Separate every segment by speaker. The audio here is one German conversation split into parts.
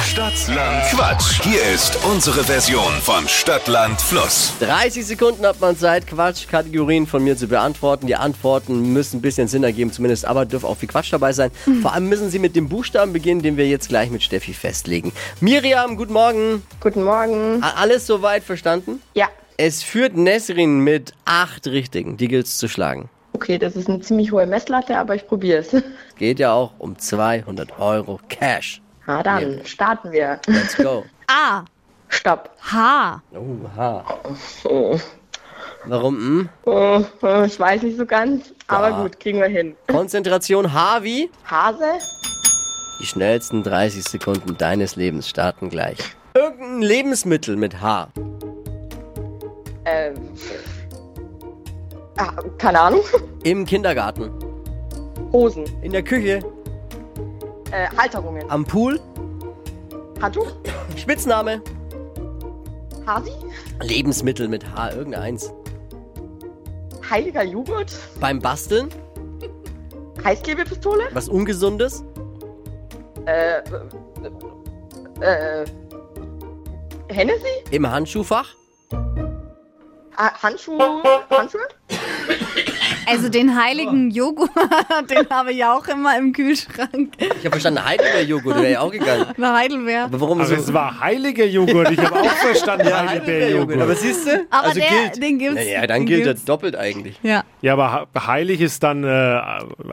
Speaker 1: Stadtland Quatsch. Hier ist unsere Version von Stadtland Fluss.
Speaker 2: 30 Sekunden hat man Zeit, Quatschkategorien von mir zu beantworten. Die Antworten müssen ein bisschen Sinn ergeben, zumindest, aber dürfen auch viel Quatsch dabei sein. Vor allem müssen sie mit dem Buchstaben beginnen, den wir jetzt gleich mit Steffi festlegen. Miriam, guten Morgen.
Speaker 3: Guten Morgen.
Speaker 2: A- Alles soweit verstanden?
Speaker 3: Ja,
Speaker 2: Es führt Nesrin mit acht Richtigen. Die gilt es zu schlagen.
Speaker 3: okay, das ist eine ziemlich hohe Messlatte, aber ich probiere es.
Speaker 2: Geht ja auch um 200 Euro Cash.
Speaker 3: Na dann, starten wir.
Speaker 2: Let's go.
Speaker 4: A.
Speaker 3: Stopp.
Speaker 4: H.
Speaker 2: Oha.
Speaker 3: Oh,
Speaker 2: Warum? Hm?
Speaker 3: oh, oh, ich weiß nicht so ganz, aber gut, kriegen wir hin.
Speaker 2: Konzentration H wie?
Speaker 3: Hase?
Speaker 2: Die schnellsten 30 Sekunden deines Lebens starten gleich. Irgendein Lebensmittel mit H.
Speaker 3: Ähm. Ah, keine Ahnung.
Speaker 2: Im Kindergarten.
Speaker 3: Hosen.
Speaker 2: In der Küche.
Speaker 3: Äh, Halterungen.
Speaker 2: Am Pool.
Speaker 3: Handtuch?
Speaker 2: Spitzname.
Speaker 3: Hasi?
Speaker 2: Lebensmittel mit H. Irgendeins.
Speaker 3: Heiliger Joghurt?
Speaker 2: Beim Basteln.
Speaker 3: Heißklebepistole?
Speaker 2: Was Ungesundes.
Speaker 3: Äh, äh, äh, Hennessy?
Speaker 2: Im Handschuhfach.
Speaker 3: Ah, Handschuhe? Handschuhe?
Speaker 4: Also den heiligen Joghurt, den habe ich auch immer im Kühlschrank.
Speaker 2: Ich habe verstanden, Heidelbeer-Joghurt wäre ja auch gegangen.
Speaker 4: Bei Heidelbeer.
Speaker 2: Aber warum
Speaker 5: Also
Speaker 2: so?
Speaker 5: es war heiliger Joghurt. Ich habe auch verstanden, heiliger
Speaker 2: Aber
Speaker 5: Joghurt.
Speaker 2: siehst du?
Speaker 4: Aber
Speaker 2: also
Speaker 4: der,
Speaker 2: gilt.
Speaker 4: den gibt's.
Speaker 2: Naja, dann
Speaker 4: den
Speaker 2: gilt er
Speaker 4: gibt's.
Speaker 2: doppelt eigentlich.
Speaker 4: Ja.
Speaker 5: Ja, aber he- heilig ist dann äh,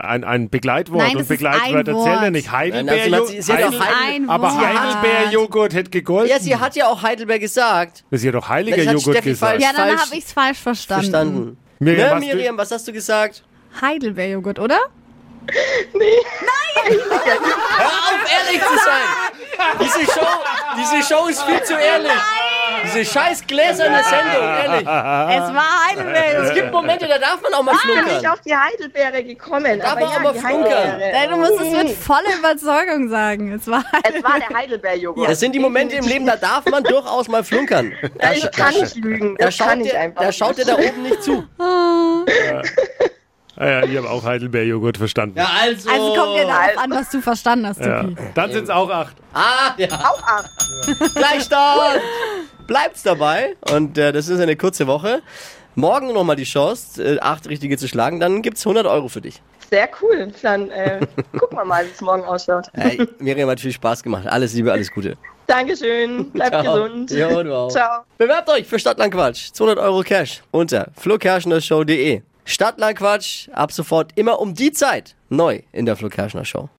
Speaker 5: ein, ein Begleitwort
Speaker 4: Nein, das
Speaker 5: und
Speaker 4: ist
Speaker 5: Begleitwort
Speaker 4: ein
Speaker 5: erzählt ja
Speaker 4: Wort.
Speaker 5: nicht
Speaker 2: Nein, also sie- sie hat auch
Speaker 5: Heidelbeer.
Speaker 2: Heil-
Speaker 4: Ein
Speaker 5: Aber
Speaker 4: Wort.
Speaker 5: Heidelbeer-Joghurt hätte gegolten.
Speaker 2: Ja, sie hat ja auch Heidelberg gesagt.
Speaker 5: das ist ja doch heiliger
Speaker 2: Das hat
Speaker 5: Joghurt
Speaker 2: Steffi
Speaker 5: gesagt.
Speaker 2: falsch
Speaker 4: Ja, dann
Speaker 2: falsch
Speaker 4: habe ich es falsch verstanden.
Speaker 2: verstanden.
Speaker 5: Miriam,
Speaker 2: ne,
Speaker 5: hast du-
Speaker 2: Miriam, was hast du gesagt?
Speaker 4: Heidelbeer-Joghurt, oder?
Speaker 3: Nee.
Speaker 2: Hör auf, Um ehrlich zu sein! Diese Show, diese Show ist viel zu ehrlich. Diese scheiß gläserne Sendung, ehrlich.
Speaker 4: Es war Heidelbeer-Joghurt.
Speaker 2: Es gibt Momente, da darf man auch mal
Speaker 3: bin Ah, ich
Speaker 2: schlunkern.
Speaker 3: auf die Heidelbeere gekommen.
Speaker 2: Da
Speaker 3: aber
Speaker 2: war
Speaker 3: ja,
Speaker 2: aber
Speaker 3: die
Speaker 2: Flunkern.
Speaker 3: Heidelbeere.
Speaker 4: Nein, Du musst es mit voller Überzeugung sagen. Es war
Speaker 3: Es war der Heidelbeer-Joghurt.
Speaker 2: Das sind die Momente im Leben, da darf man durchaus mal flunkern. Da,
Speaker 3: Ich
Speaker 2: scha-
Speaker 3: kann
Speaker 2: da,
Speaker 3: nicht lügen.
Speaker 2: da,
Speaker 3: Das kann
Speaker 2: schaut
Speaker 3: ich
Speaker 2: der,
Speaker 3: einfach.
Speaker 2: da schaut der da oben nicht zu.
Speaker 5: Ah, ja, ich habe auch Heidelbeer-Joghurt verstanden.
Speaker 2: Ja, also.
Speaker 4: Also kommt dir darauf an, was du verstanden hast,
Speaker 5: Ja.
Speaker 4: Tuki.
Speaker 5: Dann sind es auch acht.
Speaker 2: Ah, ja.
Speaker 3: Auch ab.
Speaker 2: Gleichstand! Bleibt's dabei. Und äh, das ist eine kurze Woche. Morgen nochmal die Chance, äh, acht richtige zu schlagen. Dann gibt's 100 Euro für dich.
Speaker 3: Sehr cool. Dann äh, gucken wir mal, wie es morgen ausschaut.
Speaker 2: Ey, Miriam hat viel Spaß gemacht. Alles Liebe, alles Gute.
Speaker 3: Dankeschön. Bleibt
Speaker 2: Ciao.
Speaker 3: gesund.
Speaker 2: Jo, du auch.
Speaker 3: Ciao.
Speaker 2: Bewerbt euch für Stadtlandquatsch. 200 Euro Cash unter flokerschnershow.de. Stadtlandquatsch ab sofort immer um die Zeit neu in der Flo Kerschner Show.